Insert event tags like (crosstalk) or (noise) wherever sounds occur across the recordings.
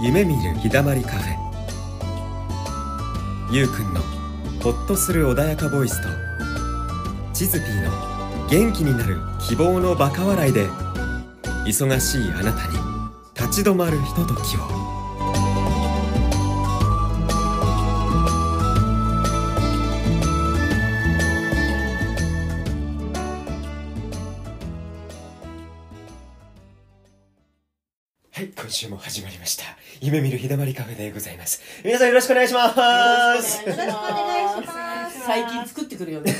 夢見る日だまりカフェゆうくんのほっとする穏やかボイスとチズピーの元気になる希望のバカ笑いで忙しいあなたに立ち止まるひとときをはい今週も始まりました夢見る日だまりカフェでございます皆さんよろしくお願いしますよろしくお願いします最近作ってくるよね。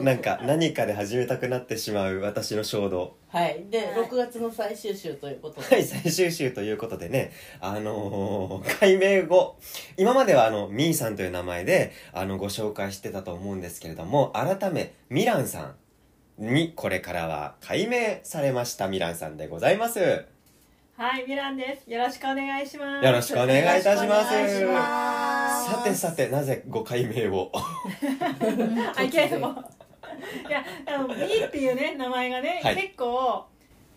なんか何かで始めたくなってしまう私の衝動はい。で、はい6月の最終週ということはで。い、最終週ということでね、あのー、改名後、今まではあの、ミーさんという名前で、あの、ご紹介してたと思うんですけれども、改め、ミランさんに、これからは改名されましたミランさんでございます。よはい、ミランです。よろしくお願いします。ろしくお願いいたしまよろしすくお。願いしますさてさて、なぜご改名をあ、いけるも。いや、あの、ミーっていうね、名前がね、はい結構。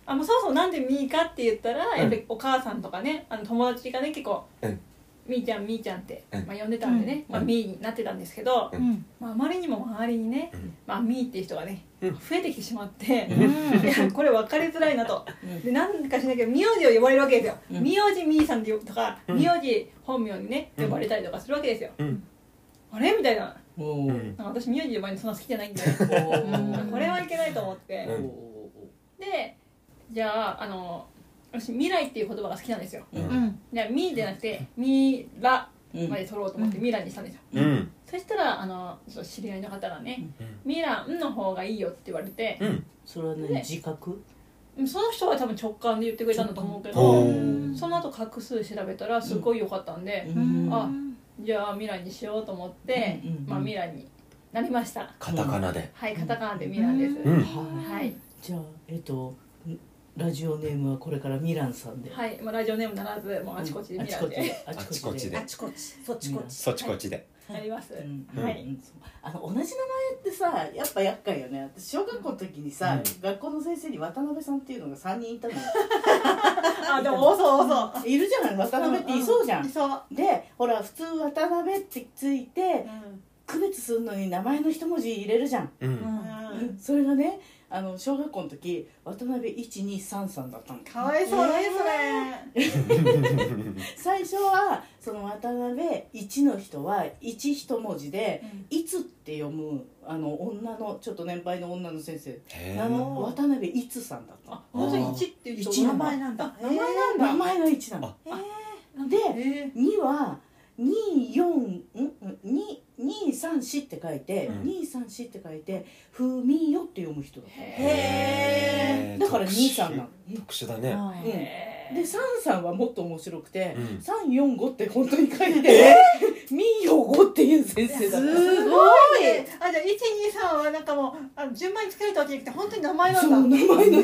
あ、もう、そもそもなんでミーかって言ったら、んやっぱりお母さんとかね、あの、友達がね、結構。うんミーちゃん、ミーちゃんって、うんまあ、呼んでたんでね、んまあ、ミーになってたんですけど。ううんまあ、あまりにも周りにね、うんまあ、ミーっていう人がね、うん増えてきてしまって。ううんん (laughs) いやこれ分かりづらいなとうんでなんかしなきゃ名字を呼ばれるわけですようん名字みーさんって呼ぶとかうん名字本名にね呼ばれたりとかするわけですようん。あれみたいなうおーん。あ私名字呼ばれるのそんな好きじゃないんでおこれはいけないと思ってうんでじゃああの私未来っていう言葉が好きなんですようんうんじゃあ「み」じゃなくて「みら」うんまで取ろうと思って「うんミラン」にしたんですようん。そしたらあのちょっと知り合いの方がね「ミランの方がいいよ」って言われてうん。それはね、自覚その人は多分直感で言ってくれたんだと思うけおどーその後画数調べたらすごい良かったんでうんあじゃあミランにしようと思ってうんうんうんまあミランになりましたカタカナで。はいカタカナでミランですうんははいい。じゃあ、えっと、ラジオネームはこれからミランさんで。はい、まあ、ラジオネームならず、もうあちこちであ見ちらこれちて、で。あちこちであ。っちこっちそっちこっちそっちこっちで。なります。うんうんはいうんあの同じ名前ってさやっぱ厄介よね私小学校の時にさ、うん学校の先生に渡辺さんっていうのが3人いたのよあ、でも、多そう、多そいるじゃない渡辺っていそうじゃん、う。そでほら普通渡辺ってついてう。区別するのに名前の一文字入れるじゃん、う。うんうん。それがねあの小学校の時渡辺1233だったのかわいそうだね、それ。最初はその渡辺1の人は1一文字で「いつ」って読むあの女のちょっと年配の女の先生へあーの渡辺いつさんだったのあ、本当に一っていう一な人。名んだ前なんだ名前なんだ。名前が1なのでえ2は24234って書いて、うん234って書いて「ふみよ」って読む人だったへへーだから特2殊さんなの特殊だね。うんえ。でへえ。 33はもっと面白くてうん345って本当に書いて「みよご」っていう先生だったすごいね。あ、じゃあ、一二三は、なんかもう、あの、順番につけるとわけじゃなくて、本当に名前なそんうだ。名前の一文面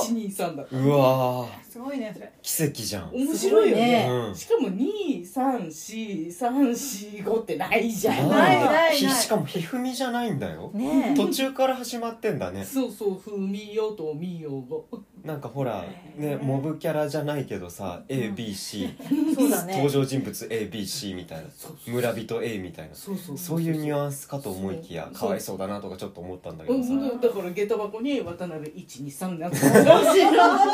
白字で123だったうわーすごいね、それ。奇跡じゃん。面白いよねすごいねしかも234345ってないじゃんないよないひないしかもひふみじゃないんだよね途中から始まってんだねそうそう、ふみよとみよご。なんかほらねモブキャラじゃないけどさ ABC えそうだね登場人物 ABC みたいなそうそう村人 A みたいなそうそうそういうニュアンスかと思いきやそうかわいそうだなとかちょっと思ったんだけうどんさうんだから下駄箱に渡辺一二三なんて面白い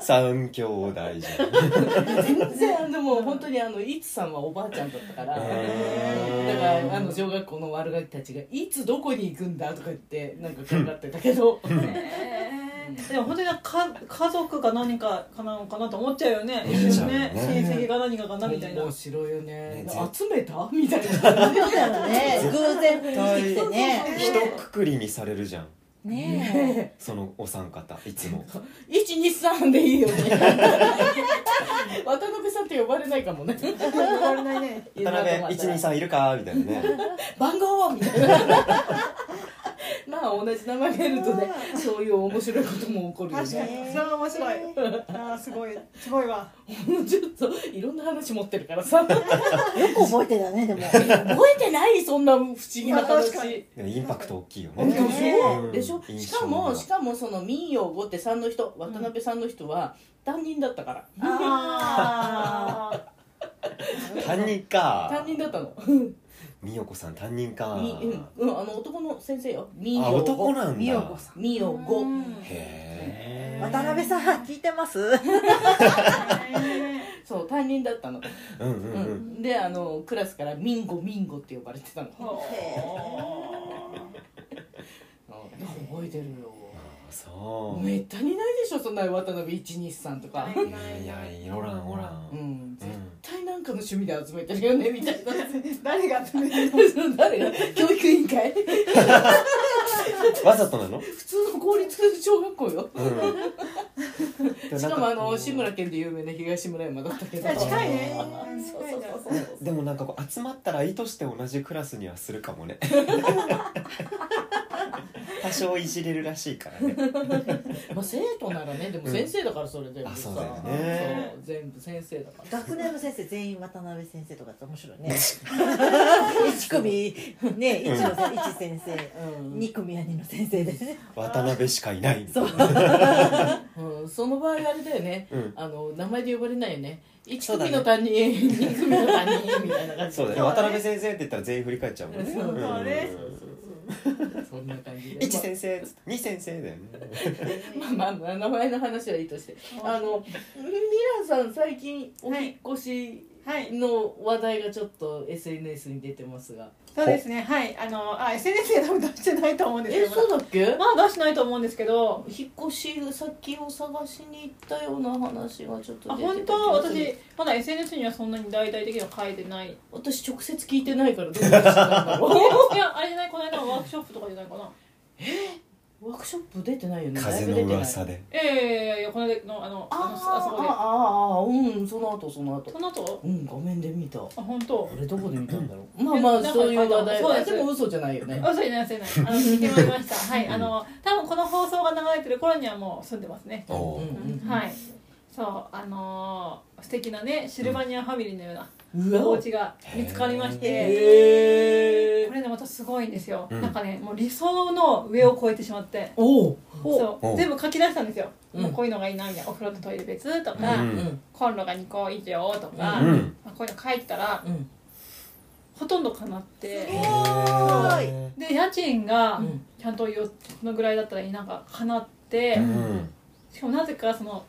三兄弟じゃん全然あのもう本当にあのいつさんはおばあちゃんだったからだかへらあの小学校の悪ガキたちがいつどこに行くんだとか言ってなんか考ってたけどでも本当になんかか家族か何かかなのかなと思っちゃうよね思っちゃうねね親戚が何かかなみたいな面白いよねね集めたみたいなそうだよ (laughs) ね偶然降りてきてねひとくくりにされるじゃんねそのお三方いつも一二三でいいよね渡辺さんって呼ばれないかもね呼ばれないね渡辺123いるかみたいなね番号みたいななが同じ名前がいるとねそういう面白いことも起こるよ確かねにそれは面白い (laughs) ああすごいすごいわもうちょっといろんな話持ってるからさよく覚えてたねでも覚えてないそんな不思議な確かに話でもインパクト大きいよでねもねそううんでしょしかもしかもその民謡五手さんの人渡辺さんの人は担任だったからあ担任か担任だったの美代子さん担任かみうん、うん、あの男の先生よ民あ謡男五なんだ美代子さ民謡五へ (laughs) 渡辺さん聞いてますそう担任だったの、えうんうんううんんであのクラスからミンゴミンゴって呼ばれてたの、覚えてるよあそうめったにないでしょそんな渡辺一日さんとか、いやいやいやおらんおらうんんう絶ん対なんかの趣味で集めてるよねみたいな (laughs) (laughs) 誰が集めてる誰が教育委員会わざとなの普通の公立小学校ようん (laughs) しかもあの志村けんで有名な東村山だったけどあ近いね (laughs) そう近いそうじゃんそうそうでもなんかこう集まったら意図して同じクラスにはするかも (laughs) ね多少いじれるらしい (laughs) からねまあ生徒ならねでも先生だからそれであもそさ、うだよねそう全部先生だから (laughs) 学年の先生全員渡辺先生とかって面白 (laughs) いね一組ね一のせ一先生うん二組兄の先生でね渡辺しかいないみたいそうなうん、その場合あれだよねうんあの名前で呼ばれないよね1そうだね組の担任、2組の担任みたいな感じそうだね渡辺先生って言ったら全員振り返っちゃうもんねそうそうねそんな感じで一先生二先生だよねまあまあまあ名前の話はいいとしてあのミラさん最近お引っ越しはいの話題がちょっと SNS に出てますが、そうですねはいあのあ SNS で多分出してないと思うんですけえどそうだっけまだ出してないと思うんですけど引っ越し先を探しに行ったような話がちょっとあ出てた本気が当する私まだ SNS にはそんなに大々的には書いてない私直接聞いてないからどうしてたんだろいやあれじゃないこの間ワークショップとかじゃないかな (laughs) うワークショップ出てないよ (laughs) ね風の噂でいやいやいやいやこの間のあのああのあそこでああああうんその後その後その後うん画面で見たあ本当俺どこで見たんだろうまあまあなんかそういう話題そうですでも嘘じゃないよねあ、そういない、そういない。あの、聞いてまいりました。はい、あの、多分この放送が流れてる頃にはもう住んでますね。おおうんはい。そう、あのー素敵なね、シルバニアファミリーのようなうおわ家が見つかりまして。へこえれね、またすごいんですよ。うんなんかね、もう理想の上を超えてしまって。おうそおう、全部書き出したんですよ。うんもうこういうのがいいなみたいな、お風呂とトイレ別とか、うんうんコンロが2個以上とか。うんまあこういうの書いてたら、うんほとんど叶ってす。ごいで、家賃がうんちゃんとよ、このぐらいだったらいいなが叶って。うんしかもなぜかその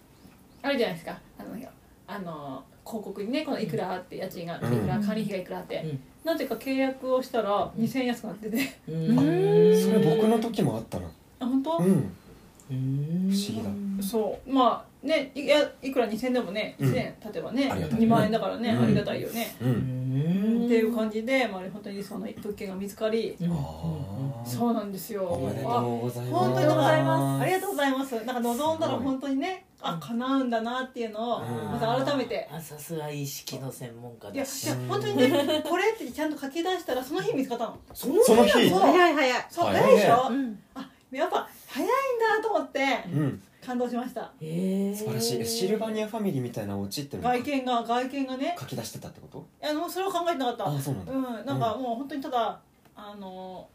あるじゃないですかあのあの広告にねこのいくらって家賃がいくら、うん管理費がいくらって、うんなぜか契約をしたら2000円安くなって (laughs) てうんそれ僕の時もあったなあ本当、うんうん不思議だそうまあねいやいくら2000でもね1年経てばね、ありがたいね2万円だからね、うんありがたいよね、ううんんっていう感じで、まあ、本当にその物件が見つかり、うんああそうなんですよおめでとあうございます本当にございますありががとうございますなんか望んだら本当にねあ叶うんだなっていうのうをんまた改めてあさすが意識の専門家いやだいや本当にねこれって (laughs) ちゃんと書き出したらその日見つかったのそのその日そう早い早いそう早い早いねでしょ、うんあやっぱ早いんだと思ってうん感動しましたへえ素晴らしいえシルバニアファミリーみたいなお家ってのを外見が外見がね書き出してたってことあのそれを考えてなかったああそうなんだうんなんかもう本当にただあの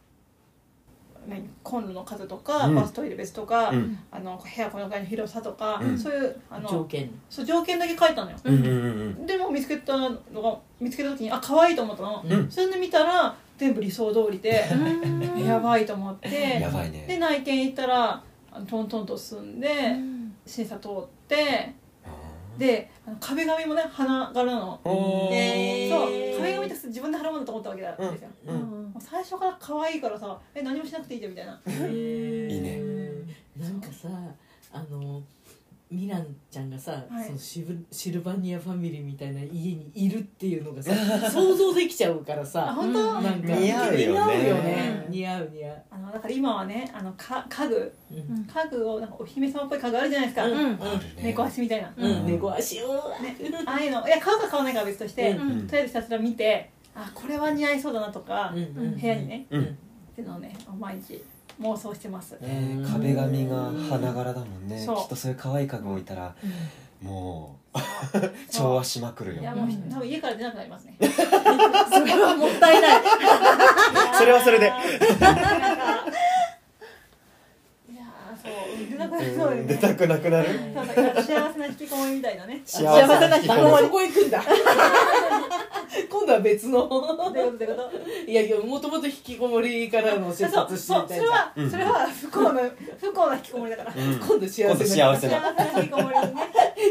何コンロの数とか、うんバストイレ別とか、うんあの部屋このぐらいの広さとか、うんそういうあ条の件そう条件だけ書いたのよ、うんうんうんでも見つけたのが見つけた時にあ可愛いと思ったの、うんそれで見たら全部理想通りで (laughs) やばいと思うっんてやばいでね内見行ったらあのトントンと進んで、審査通ってであの壁紙もね花柄なの、おえそう壁紙って自分で貼るものと思ったわけだったんですよ、うんうんもう最初から可愛いからさえ何もしなくていいじゃんみたいないいねなんかさあのミランちゃんがさ、はいそのシブシルバニアファミリーみたいな家にいるっていうのがさ想像できちゃうからあさ本当、うんなんか似合うよね似合うよねうん似合う似合う、あのだから今はねあのか家具うん家具をなんかお姫様っぽい家具あるじゃないですか、うんうんあるね猫足みたいな、うんうん猫足をああいうのいや買うか買わないかは別として、うんうんとりあえずひたすら見てあこれは似合いそうだなとか、うんうん部屋にねうんっていうのをね毎日妄想してますね壁紙が花柄だもんねきそうっとそういう可愛い家具置いたらもう調和しまくるよいやもううん多分家から出なくなりますねそれはもったいないそれはそれでなんかいやーそう出なくなりそううんで出すたねくなくなるなんか幸せな引きこもりみたいな (laughs) ね幸せせな引きこも幸りせそこ行くんだ (laughs) 今度は別どのういうことどういうこといやいやもともと引きこもりからのそ生うそう活してそうみそたいじゃんれはそれは不幸の不幸な引きこもりだから幸うん今度幸せ今度な幸せせなな引きこもりね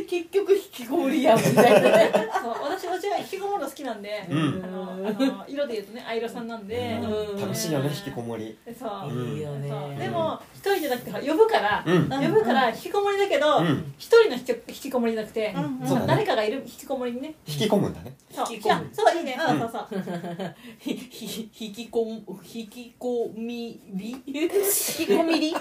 結局引きこもりやんみたいなねそう私私は引きこもるの好きなんでうあんのあの色で言うとね藍色さんなんでうん楽しいよね引きこもりでそううんいいよねそうでも一人じゃなくてほら呼ぶからうん呼ぶから引きこもりだけどうん一人の引き引きこもりじゃなくてうんまあそうだね誰かがいる引きこもりにね引き込むんだねそう引いきこやもるそういいねうそんうそうそうひひ引きこも引きこみり引引き込みり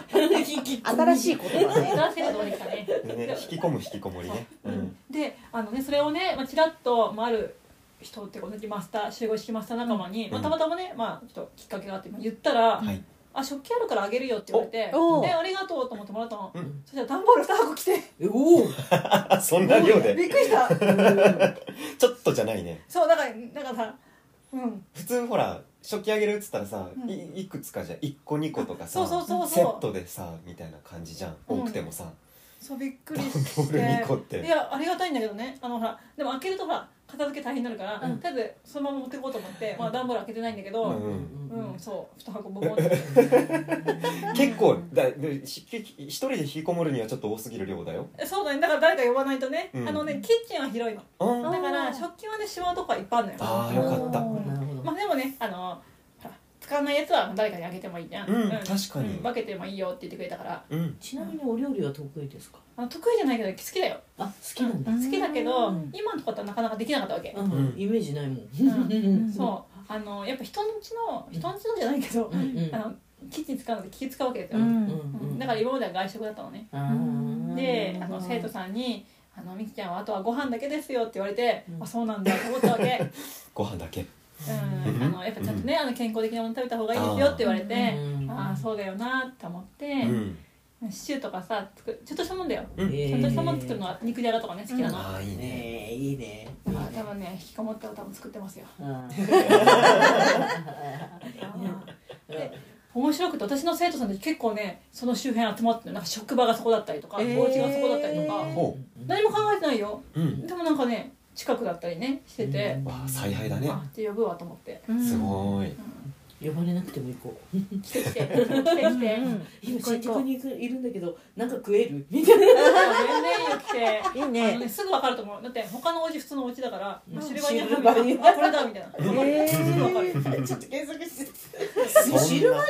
きこみ新しい言葉ね新しいことできたねでね引き込む引きこもりねうんであのねそれをね、まあ、ちらっと、まあ、ある人っていうか同じマスター集合式マスター仲間に、んまあ、たまたまね、まあ、ちょっときっかけがあってまあ言ったら、はいあ食器あるからあげるよって言われてでおおうありがとうと思ってもらったの、うんそしたら段ボール2箱来ておおあそんな量でびっくりしたちょっとじゃないねそうだからだからさうん普通ほら食器あげるっつったらさうんいいくつかじゃん1個2個とかそさうそうそうセッそうトでさみたいな感じじゃんうん多くてもさそうびっくりボしール2て個っていやありがたいんだけどねあのほらでも開けるとほら片付け大変になるから、うんとりあえずそのまま持っていこうと思って、まあ、段ボール開けてないんだけど、ううんんそう2箱ボボンって (laughs) 結構だでし一人で引きこもるにはちょっと多すぎる量だよえそうだねだから誰か呼ばないとね、うんあのねキッチンは広いのうんだから食器はねしまうとこはいっぱいあるのよあーよかったなるほどまあでもねあのほら使わないやつは誰かにあげてもいいじゃん、うん確かにうん分けてもいいよって言ってくれたからうんちなみにお料理は得意ですかあの得意じゃないけど好きだよあ好きなんだ好きだけど、うん今のとこだったらなかなかできなかったわけ、うんイメージないもんうんそうあのやっぱ人のうちの人のうちのじゃないけど、うんうんあのキッチン使うので気使うわけですよ、うんうんだから今までは外食だったのねあーであの生徒さんに「あのみきちゃんはあとはご飯だけですよ」って言われて「うんあそうなんだ」と思ったわ (laughs) けご飯だけうんあのやっぱちゃんとね、あの健康的なもの食べた方がいいですよって言われて、うんああそうだよなって思って、うんシチューとかさ作ちょっとしたもんだよ、うんちょっとしたもん作るのは肉じゃがとかね好きなの、ああいいねねえいいねだから多分ね引きこもったら多分作ってますようんで面白くて私の生徒さんたち結構ねその周辺集まってるなんか職場がそこだったりとか、えーお家がそこだったりとかほ何も考えてないよううんでもなんかね近くだったりねしてて、わあ采配だねあって呼ぶわと思ってすごい呼ばれなくても行こう来て来て来て来て今こう新行こう宿にいくいるんだけどなんか食えるみたいな全然いいよ来ていいあのね、ねすぐ分かると思うだって他のお家普通のお家だから、うんシルバニアフシァルバミニリアーあこれだみたいな、えすぐ分かる流行ちょっと検索してなシルバニアフ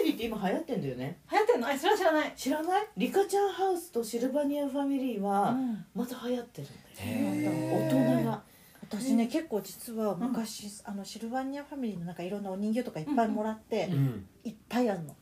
ァミリーって今流行ってんだよねってんのあそれは知らない知らないリカちゃんハウスとシルバニアファミリーはまた流行ってるんだよ、へー大人が私ね結構実は昔あのシルバニアファミリーのなんかいろんなお人形とかいっぱいもらってうんいっぱいあるの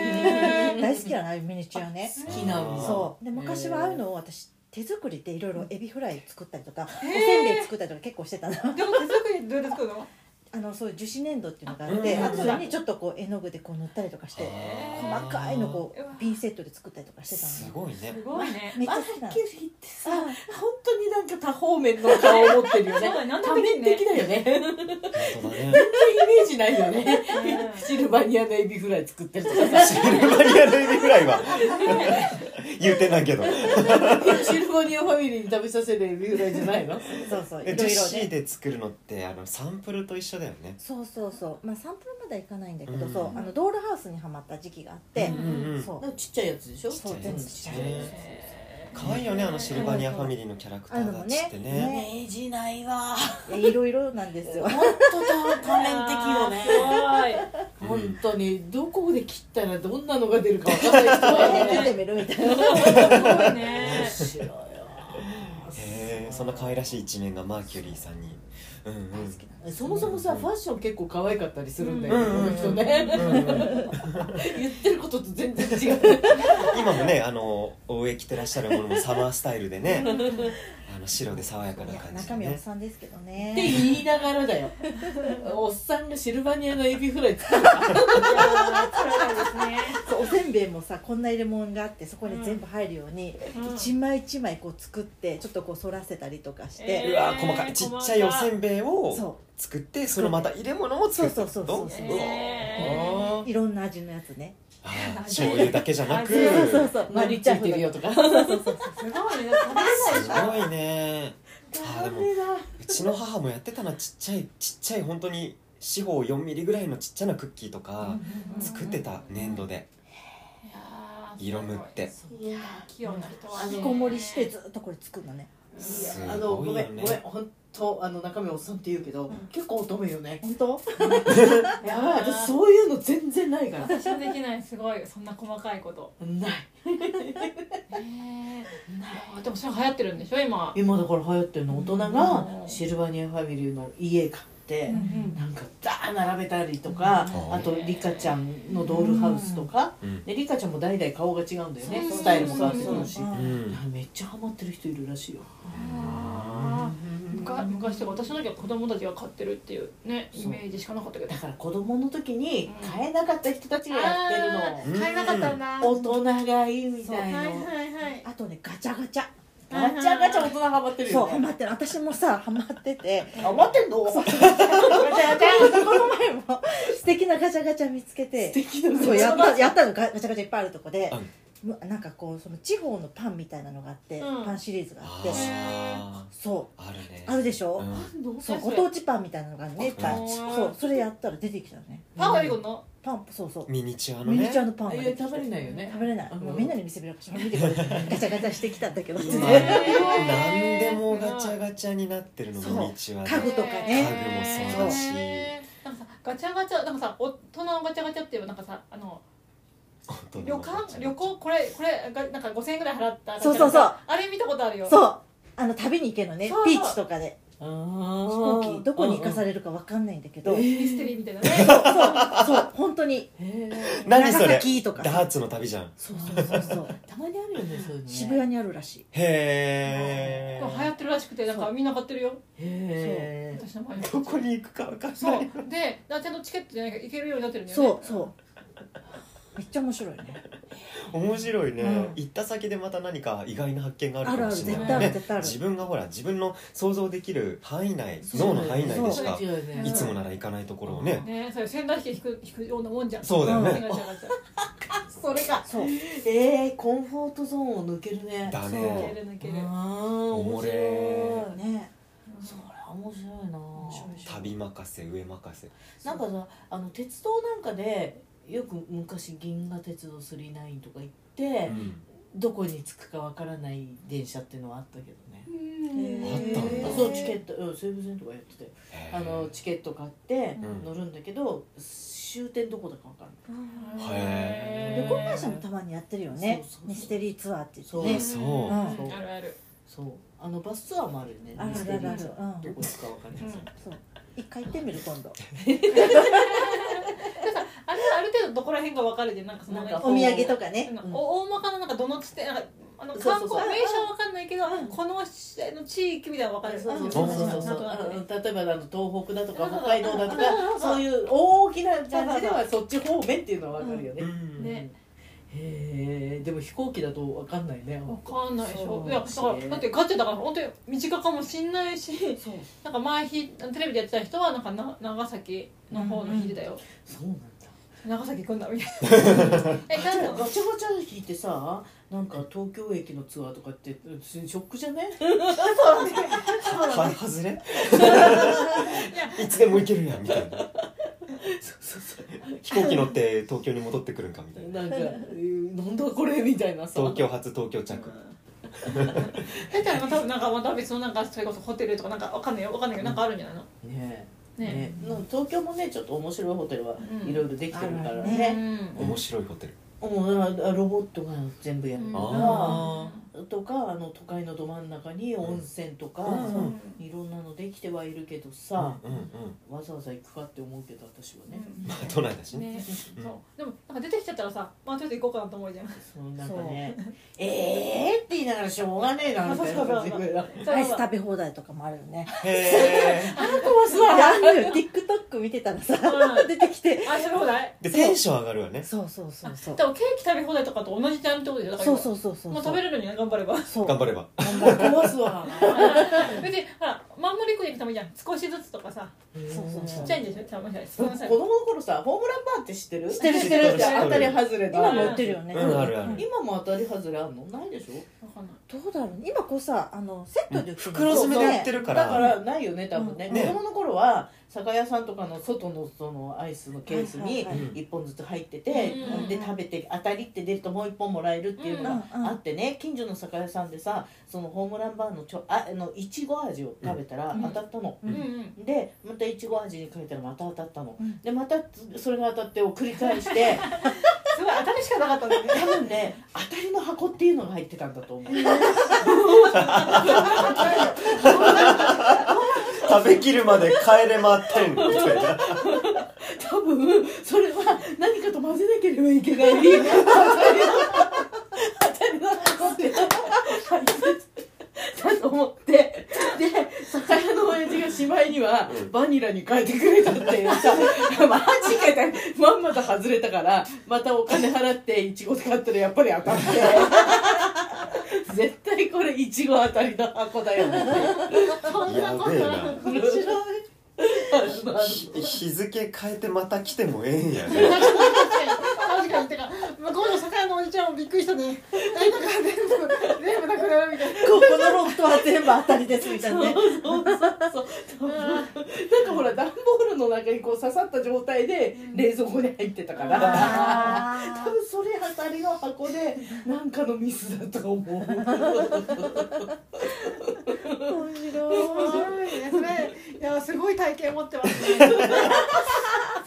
え大好きなのああいうミニチュアね好きなのそうでへー昔はああいうのを私手作りでいろいろエビフライ作ったりとかおせんべい作ったりとか結構してた (laughs) のでも手作りどうやって作るのあのそういう樹脂粘土っていうのがあってうんあとそれにちょっとこう絵の具でこう塗ったりとかしてあー細かいのこうわうピンセットで作ったりとかしてたすのごいねすごいねめっちあゃは好っきなのきり言ってさあ本当になんか多方面の顔を持ってるよ (laughs) ねそうだねなんで多もできん面ね的だよね全然イ本当だね (laughs) メージないよねシルバニアのエビフライ作ってるとかさシルバニアのエビフライは (laughs) 言うてないけどシルバニアファミリーに食べさせるエビフライじゃないのそうそういえろいジろェねシーで作るのってあのサンプルと一緒だよねそうそうそうまあサンプルまではいかないんだけど、うんそうあのドールハウスにはまった時期があって、うんうんそうなんかちっちゃいやつでしょそう全部ちっちゃいね可愛いよねあのシルバニアファミリーのキャラクターたちってあのねね明治ないわいやいろいろなんで (laughs) すよ本当多面的よねす本当にどこで切ったらどんなのが出るかわかんない人これはでね見てみるみたいなごいすごいね面白いわへえそんな可愛らしい一面がマーキュリーさんにうんうんそもそもさファッション結構可愛かったりするんだようんこの人ねうんうん言ってることと全然違う今もねあの応援着てらっしゃるものもサマースタイルでねあの白で爽やかないや感じ中で身おっねさんですけどってね言いながらだよおっさんがシルバニアのエビフライ作るそうおせんべいもさこんな入れ物があってそこに全部入るように、うん一枚一枚こう作ってちょっとこう反らせたりとかして、うわー細かいちっちゃいおせんべいをそ作ってそのまた入れ物を作ってそうそうそうそうどんへーうわーういろんな味のやつねあー醤油だけじゃ (laughs) なくうんそうそう (laughs) そうマリついてるよとかすごいね食べれないすごいねあーでもうちの母もやってたなちっちゃいちっちゃい本当に四方4ミリぐらいのちっちゃなクッキーとか作ってた粘土で色塗っていやー器用な人はね引きこもりしてずっとこれ作るのねすあのごごいめよんごめんね本当あの中身おっさんって言うけど、ん結構乙女よね本当やばい私そういうの全然ないから私はできないすごいそんな細かいことないへえでもそれ流行ってるんでしょ今今だから流行ってるの大人がシルバニアファミリーの家買って、んなんかダー並べたりとか、うんあとリカちゃんのドールハウスとか、うんでリカちゃんも代々顔が違うんだよねそうそうそうスタイルも変わってくるし、ううんんめっちゃハマってる人いるらしいよあーむか昔とか私の時は子供たちが買ってるっていうねそうイメージしかなかったけど (laughs) だから子供の時にうん買えなかった人たちがやってるの、うん買えなかったな大人がいいみたはいいな、はいはいあとねガチャガチャガチャガチャ大人ハマってるそうよハねマってる私もさハマっててハマってんのそう (laughs) この前も素敵なガチャガチャ見つけて素敵だそうやっなたやったのガガチャガチャいっぱいあるとこでう、むなんかこうその地方のパンみたいなのがあって、うんパンシリーズがあってあそーあるねうあるでしょ、うんそうご当地パンみたいなのがあるねいっぱいうんそうそれやったら出てきたのね (laughs) パンがいいのパンそうそうミニチュアのミニねチュアのパンが出てきて食べれないよね食べれない、うんもうみんなに見せびらかし見てこれガチャガチャしてきたんだけどってまあね何でもガチャガチャになってるのそうミニチュア家具とか家ね具もそうだしなんかさガチャガチャなんかさ大人のガチャガチャっていうなんかさあの大人旅のガチ館ャ旅行これこれがなんか5000円ぐらい払ったガチャガチャそうそうそうあれ見たことあるよそうあの旅に行けるのねそうビーチとかで飛飛行機どこに行かされれるかわかんないんだけど、ミステリーみたいなね (laughs) そう本当に何それ長崎とかダーツの旅じゃんそうそうそうそうたまにあるよねそういうのね渋谷にあるらしいへえこれ流行ってるらしくてなんかみんな買ってるよへ私の前どこに行くか分かんそなういで男性のチケットじゃないけど行けるようになってるんだよねそうそうめっちゃ面白いね面白いね、うん行った先でまた何か意外な発見があるあかるあもるしれ絶ない対あるね絶対ある自分がほら自分の想像できる範囲内脳の範囲内でしかそうそういつもなら行かないところをね、ねそれ仙台引き引く引くようなもんじゃんそうだよねガチャガチャそれかそうえー、コンフォートゾーンを抜けるねだ抜ねける抜けるあおもれーねそれ面白いな旅任せ上任せなんかさあの鉄道なんかでよく昔銀河鉄道999とか行って、どこに着くかわからない電車っていうのはあったけどねうんあったんだそうチケット、うん、西武線とかやっててへーあのチケット買ってうん乗るんだけど、終点どこだかわからないへ旅行会社もたまにやってるよねそうそうそうミステリーツアーって言ってまあにねそう、うんそうあるあるそうあのバスツアーもあるよねあるミあるあるステリーツアーうんどこ行くかわかんないやつ、そう一回行ってみる今度あれはある程度どこら辺が分かるじゃんなんかそのなんか (laughs) お土産とかあねのうんお大まかななんかどのつってなんかあのそう観そう光そう名所は分かんないけどこのしの地域みたいなの分かるそうそううんそうそうそうなんとなくねうん例えばあの東北だとか北海道だとかそういう大きな感じではそっち方面っていうのはわかるよね、うんねへえでも飛行機だとわかんないね分かんないでしそょういやだからだってガチャだから本当に身近かもしんないしそうなんか前日テレビでやってた人はなんかな長崎の方の日だよ、そうなんだ長崎行くんだみたい (laughs) なえガチなャんガかチャ引いてさなんか東京駅のツアーとかってショックじゃねは外れいつでも行けるやんみたいなそうそうそ飛行機乗って東京に戻ってくるんかみたいななんかえーなんだこれみたいなさ東京発東京着だったらまたなんかまた別のなんかそれこそホテルとかなんかわかんないよわかんないけどなんかあるんじゃないのねえねねえなんか東京もねちょっと面白いホテルはうんいろいろできてるからあるうね,、ん面白いホテルうんあロボットが全部やるとか、あとかあの都会のど真ん中に温泉とか、うんうんいろんなのできてはいるけどさ、うんうんわざわざ行くかって思うけど私はね、まあ都内だしねね、うんそうでもなんか出てきちゃったらさまあとりあえず行こうかなと思うじゃんそうなんかねええーって言いながらしょうがねえなみたいな感じでアイス食べ放題とかもあるよね。へーであるよ TikTok 見てたらさうん出てきてあ食べ放題でテンション上がるわねそうそうそうそでうもケーキ食べ放題とかと同じジャンルってことでしょだからそう今そうそうそうもう食べれるのにね頑張ればそう頑張れば壊すわ別にほらまんまり食いに行くためじゃん少しずつとかさそうそうちそっうちゃいんでしょたまには子少なさい供の頃さホームランバーって知ってる知ってる知ってる (laughs) 知って当たり外れ今だも売ってるよねうんあるある今も当たり外れあんのないでしょわかんないどうだろうね今こうさあのセットで売ってる袋詰めで売ってるかだかららないよね多分ね,、うんね子供の頃は酒屋さんとかの外のそのアイスのケースはいにははいい1本ずつ入ってて、うんで食べて当たりって出るともう1本もらえるっていうのがあってね近所の酒屋さんでさそのホームランバーのちょああのいちご味を食べたらうん当たったの、うんう (laughs) うんでまたいちご味に変えたらまた当たったの、うんでまたそれが当たってを繰り返してすごい当たりしかなかったんだよね多分ね当たりの箱っていうのが入ってたんだと思う食べきるまで帰れまってんみたいな多分それは何かと混ぜなければいけない当たりの当たりの箱ってだと思ってで酒屋の親父がしまいにはうんバニラに変えてくれたっていうさマジかよまんまと外れたからまたお金払っていちご買ったらやっぱり当たって絶対これいちご当たりの箱だよねそんなことないやべ面白いひ日付変えてまた来てもええんや (laughs) ね確かにてか向こうの酒屋のおじちゃんもびっくりしたね大学は全部全部なくなるみたいなここのロットは全部当たりですみたいなねそうそうそうそうなんかほら段ボールの中にこう刺さった状態で冷蔵庫に入ってたから多あ分それ当たりの箱でなんかのミスだと思うー面面白い白いねそれいやすごい体験持ってますね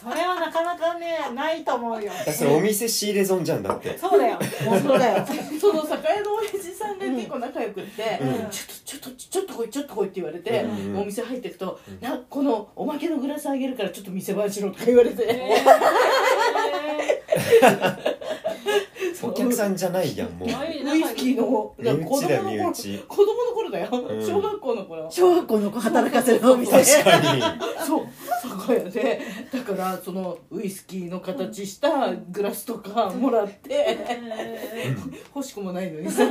それはなかなかねないと思うよそれお店仕入れ損じゃんだってそうだよ本当だよ (laughs) その酒屋の親父さんが結構仲良くって、うんちょっとちょっとちょっと来いちょっと来いって言われて、うんお店入ってくと、うんなこのおまけのグラスあげるからちょっと店番しろとか言われて、お客さんじゃないやんもうウイスキーのだから身子内供だよ身の頃内子供の頃だよ、うん小学校の頃小学校の子働かせるお確店かにそう酒屋でだからそのウイスキーの形したグラスとかもらって欲しくもないのにさ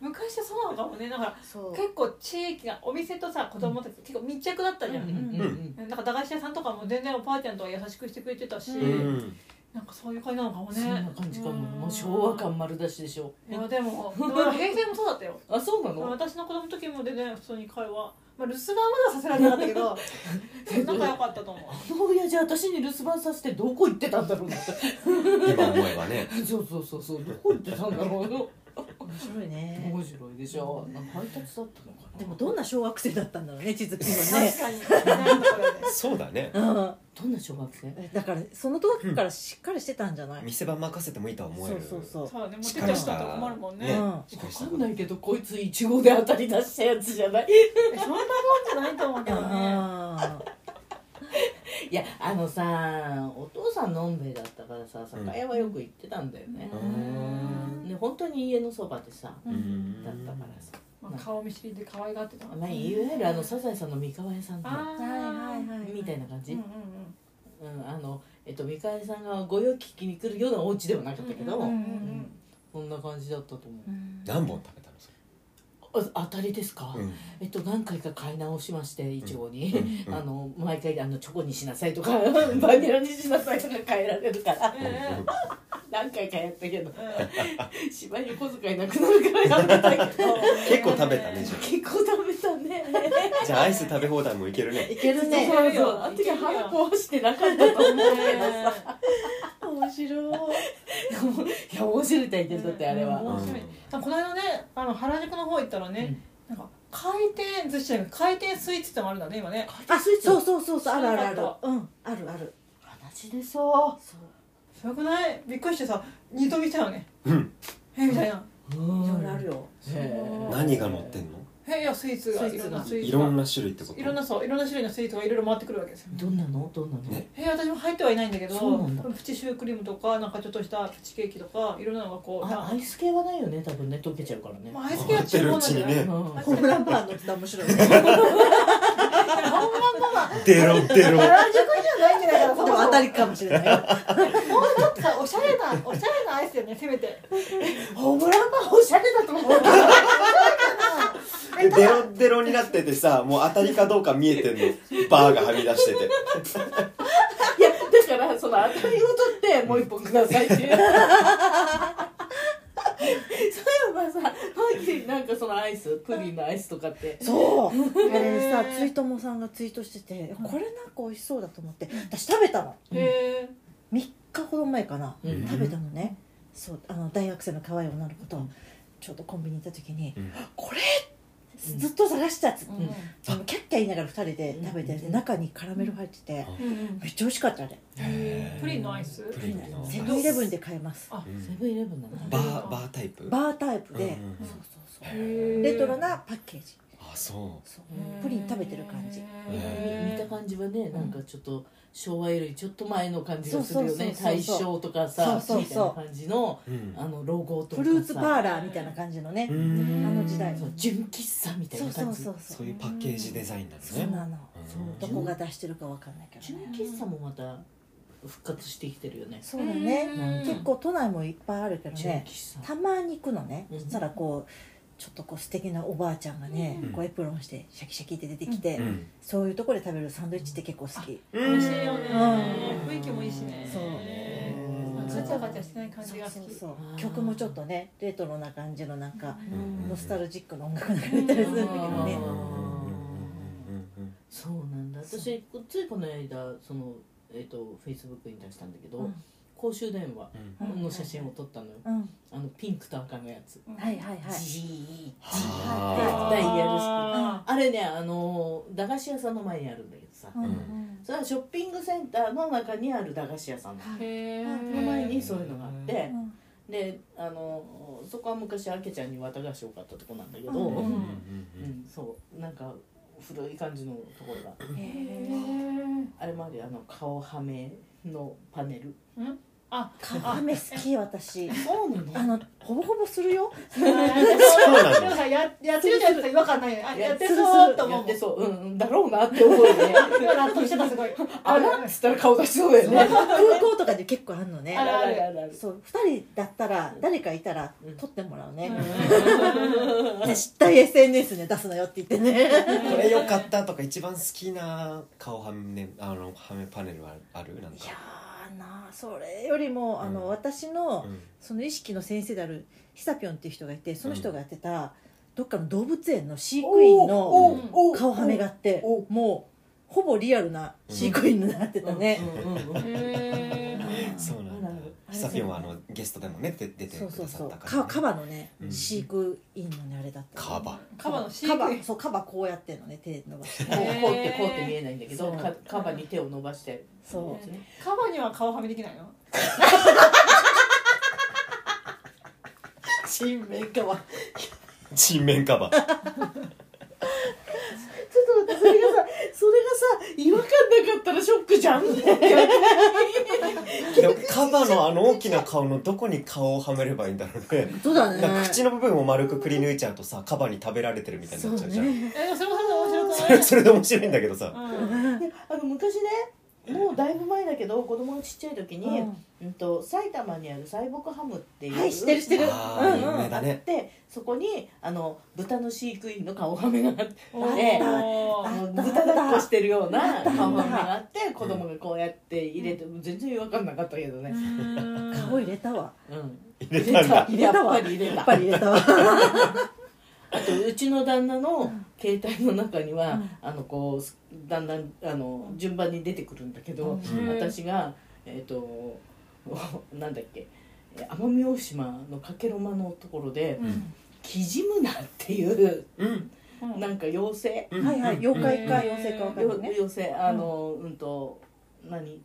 昔はそうなのかもねだからそう結構地域がお店とさ子供たち結構密着だったじゃん、なんか駄菓子屋さんとかも全然おばあちゃんとか優しくしてくれてた (laughs) し、うんなんかそういう感じなのかもねそんな感じかももう昭和感丸出しでしょいやでもでも平成もそうだったよあそうなの私の子供の時も全然普通に会話まあ留守番まではさせられなかったけど (laughs) 仲良かったと思うあの親父私に留守番させてどこ行ってたんだろうなって今思えばね (laughs) そうそうそうそうどこ行ってたんだろ面白いうね面白いでしょなんか配達だったのかなでもどんな小学生だったんだろうね地図くんはね確かになんかこれねそうだねうんどんな小学生だからその時からしっかりしてたんじゃない、店番任せてもいいとは思えそうるそうそうそうだね持っしてっかっりちゃっしたたら困る (laughs) もんねうんしっかり分かんしたないけどこいつイチゴで当たり出したやつじゃないえそんなもんじゃないと思うけどねあいやあのさお父さんのんべえだったからさ酒屋はよく行ってたんだよね、ううーんんね本当に家のそばでさうーんだったからさ、まあ、顔見知りで可愛がってたまあ、いわゆるあのサザエさんの三河屋さんとあーーはいはいはいみたいな感じ、ううんんうんうんあのえっと、三河屋さんが御用聞きに来るようなお家ではなかったけど、うんうんうんそんな感じだったと思うん何本食べたのそれうあ当たりですか、うんえっと何回か買い直しましてイチゴに、うんうん (laughs) あの毎回あのチョコにしなさいとかバニラにしなさいとか変えられるからうんうん何回かやったけど (laughs) うんしばらく小遣いなくなるからやめた (laughs) けど結構食べたねじゃ結構食べたねあじゃあアイス食べ放題もいけるねいけるねそうそうあの時腹壊してなかったと思うけどさ面白いいや面白い体験だってあれは、うん面白いあこの間ねあの原宿の方行ったらね、なんか回転寿司じゃなくて回転スイーツってのもあるんだね今ねあそうそうそうそうあるある知あらなるかうんあるある話でそそすごくないびっくりしてさ二度見したよねうんえみたいなう、うういんろいろあるよへえ何が乗ってんのへやスイーツがスイーツがスイいーツがろんな種類ってこといろんなそういろんな種類のスイーツがいろいろ回ってくるわけですよどんなのどんなの、ねへえ私も入ってはいないんだけどそうなんだプチシュークリームとかなんかちょっとしたプチケーキとかいろんなのがこうあアイス系はないよね多分ね溶けちゃうからね、まあアイス系は中古なんじゃないあ待うん、ホームランパンのって面白 (laughs) いね。ホームランパンはデロデロ原宿じゃないんじゃないかなでそももそも当たりかもしれないよ。もうちょっとさおしゃれなおしゃれなアイスだよねせめてホームラン (laughs) パンおしゃれだと思う。でデロデロになっててさもう当たりかどうか見えてんのバーがはみ出していてやだからその当たりを取ってもう一本くださいっていうそういえばさマーキーなんかそのアイスプリンのアイスとかって (laughs) そう。あれさへーツイトモさんがツイートしててこれなんか美味しそうだと思って私食べたの。うんへえ3日ほど前かな、うん食べたのねそうあの大学生の可愛い女の子とちょうどコンビニ行った時にうん「これ!」ずっと探したっつっうて、んあのキャッキャ言いながら2人で食べて、うんで中にカラメル入ってて、うんめっちゃ美味しかったあれへープリンのアイスプリンのセブンイレブンで買えますあうんセブンイレブンなのバーバータイプバータイプで、うんうんそうそうそうへーレトロなパッケージあそそううんプリン食べてる感じへ見ーた感じはねなんかちょっと昭和よりちょっと前の感じがするよねそうそうそう大そう正とかさそうそうそうみたいな感じのううんあのロゴとかフさルーツパーラーみたいな感じのねう、あんあの時代そう純喫茶みたいそうなそ感うじそうそそうういうパッケージデザインなんですそうねなのうんどこが出してるかわかんないけど純ね喫茶もまた復活してきてるよねそうだねうん結構都内もいっぱいあるけど純ね喫茶たまに行くのね、うんそしたらこうちょっとこう素敵なおばあちゃんがね、うんこうエプロンしてシャキシャキって出てきて、うんそういうところで食べるサンドイッチって結構好き、美美味しいよねうん雰囲気もいいしねそううんガチャガチャしてない感そうじが好そうきそうあー曲もちょっとねレトロな感じのなんかうんノスタルジックな音楽が入ったりするんだけどうねんそうなんだ私ついこの間そのえっ、とフェイスブックに出したんだけど、うん公衆電話うんの写真を撮ったのよ、うん、あのピンクと赤のやつ、はいはいはいじーはダイヤル式ああれねあの駄菓子屋さんの前にあるんだけどさ、うんうんそれはショッピングセンターの中にある駄菓子屋さんなのーへうんその前にそうういうのがあって、うんであのそこは昔あけちゃんに綿菓子を買ったとこなんだけど、ううんんそうなんか古い感じのところがへあれまであの顔はめのパネルあカメ好き私そうなのあのほぼほぼするよそうなのややってるじゃないですか違和感ないよねあやってそうとや思っうてそううんうんだろうなって思 (laughs) うよね今納得してたすごいあらっつったら顔出しそうだよね空港とかで結構あるのあねらあるあるあるそう2人だったら誰かいたらうん撮ってもらうね、うん絶対 SNS ね出すなよって言ってねこれ良かったとか一番好きな顔はめあのはめパネルはあるなんいやかーなあそれよりもあの、うん私のうんその意識の先生であるひさぴょんっていう人がいてその人がやってた、どっかの動物園の飼育員のおーおーおー顔はめがあっておもうほぼリアルな飼育員になってたね、うんうんうんへーそうなんだあらあるひさぴょんはあのゲストでもね出て出てそうくそうださそっうたカかカらバのねうん飼育員のねあれだったカバカバの飼カ育バ員そうカバこうやってんのね手伸 (laughs) ばしてこうこうってこうって見えないんだけどそうかカバに手を伸ばしてそうカバには顔はめできないの新メーカーは人面カバちょっと待ってそれがさそれがさ違和感なかったらショックじゃんでもカバのあの大きな顔のどこに顔をはめればいいんだろうねそうだなんか口ねの部分を丸くくり抜いちゃうとさカバに食べられてるみたいになっちゃうじゃん、えでもそれもそそれれで面は (laughs) 白それで面白いんだけどくさ、ないあの昔ねもうだいぶ前だけど子供がちっちゃい時に、ううんんと、埼玉にある西北ハムっていう、はい知ってる知ってるあうんーうん有名だねでそこにあの豚の飼育員の顔はめがあってうんねおあーの豚抱っこしてるようなったあった顔はめがあって子供がこうやって入れて、全然違和感なかったけどね、顔入れたわうん、入れたんだ入れたわやっぱり入れやったぱり入れたわあとうちの旦那の携帯の中には、うんあのこうだんだんあの順番に出てくるんだけど、うん私がえっ、と (laughs) なんだっけえ奄美大島のかけろまのところで、うんキジムナっていううんうんなんか妖精、うんはいはいうん妖う怪かん妖精かわかよるね妖精あのうん、と何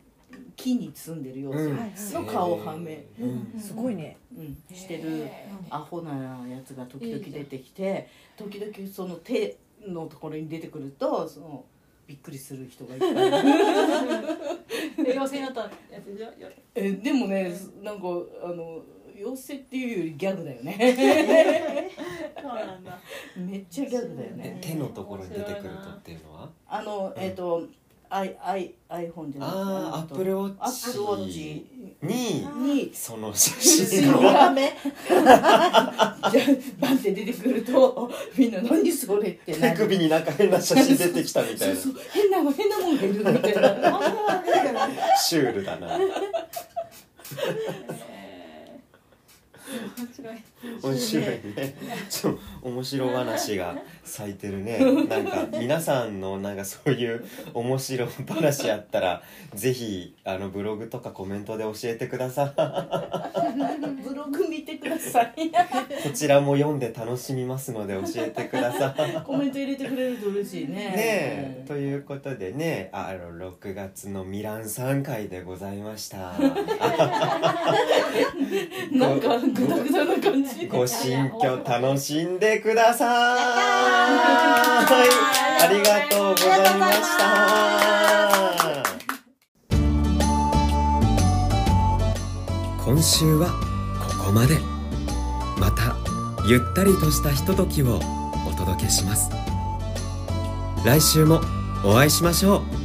木に包んでるよううんな、はいはいの顔はめ、うんすごいねうんしてるアホなやつが時々出てきて時々その手のところに出てくるとそのびっくりする人がいて妖精になったやつじゃ (laughs) えでもねなんかあの妖精っていうよりギャグだよねそうなんだ (laughs) めっちゃギャグだよえね手のところに出てくるとっていうのはあのえっ、と i i iPhone じゃあなくてあアップルウォアップルウッォッチチににその写水真のが画面バンって出てくると (laughs) みんな何それってな手る首になんか変な写真出てきたみたいなそうそう変な変なもんがいるみたいなシュールだなえー面白い面白いねそう面白話が咲いてるねなんか皆さんのなんかそういう面白話あったらぜひあのブログとかコメントで教えてくださいブログ見てくださいこちらも読んで楽しみますので教えてくださいコメント入れてくれると嬉しいねねえということでねあの6月のミラン3回でございました (laughs) なんかグダグダな感じご新居楽しんでくださいありがとうございました今週はここまでまたゆったりとしたひとときをお届けします来週もお会いしましょう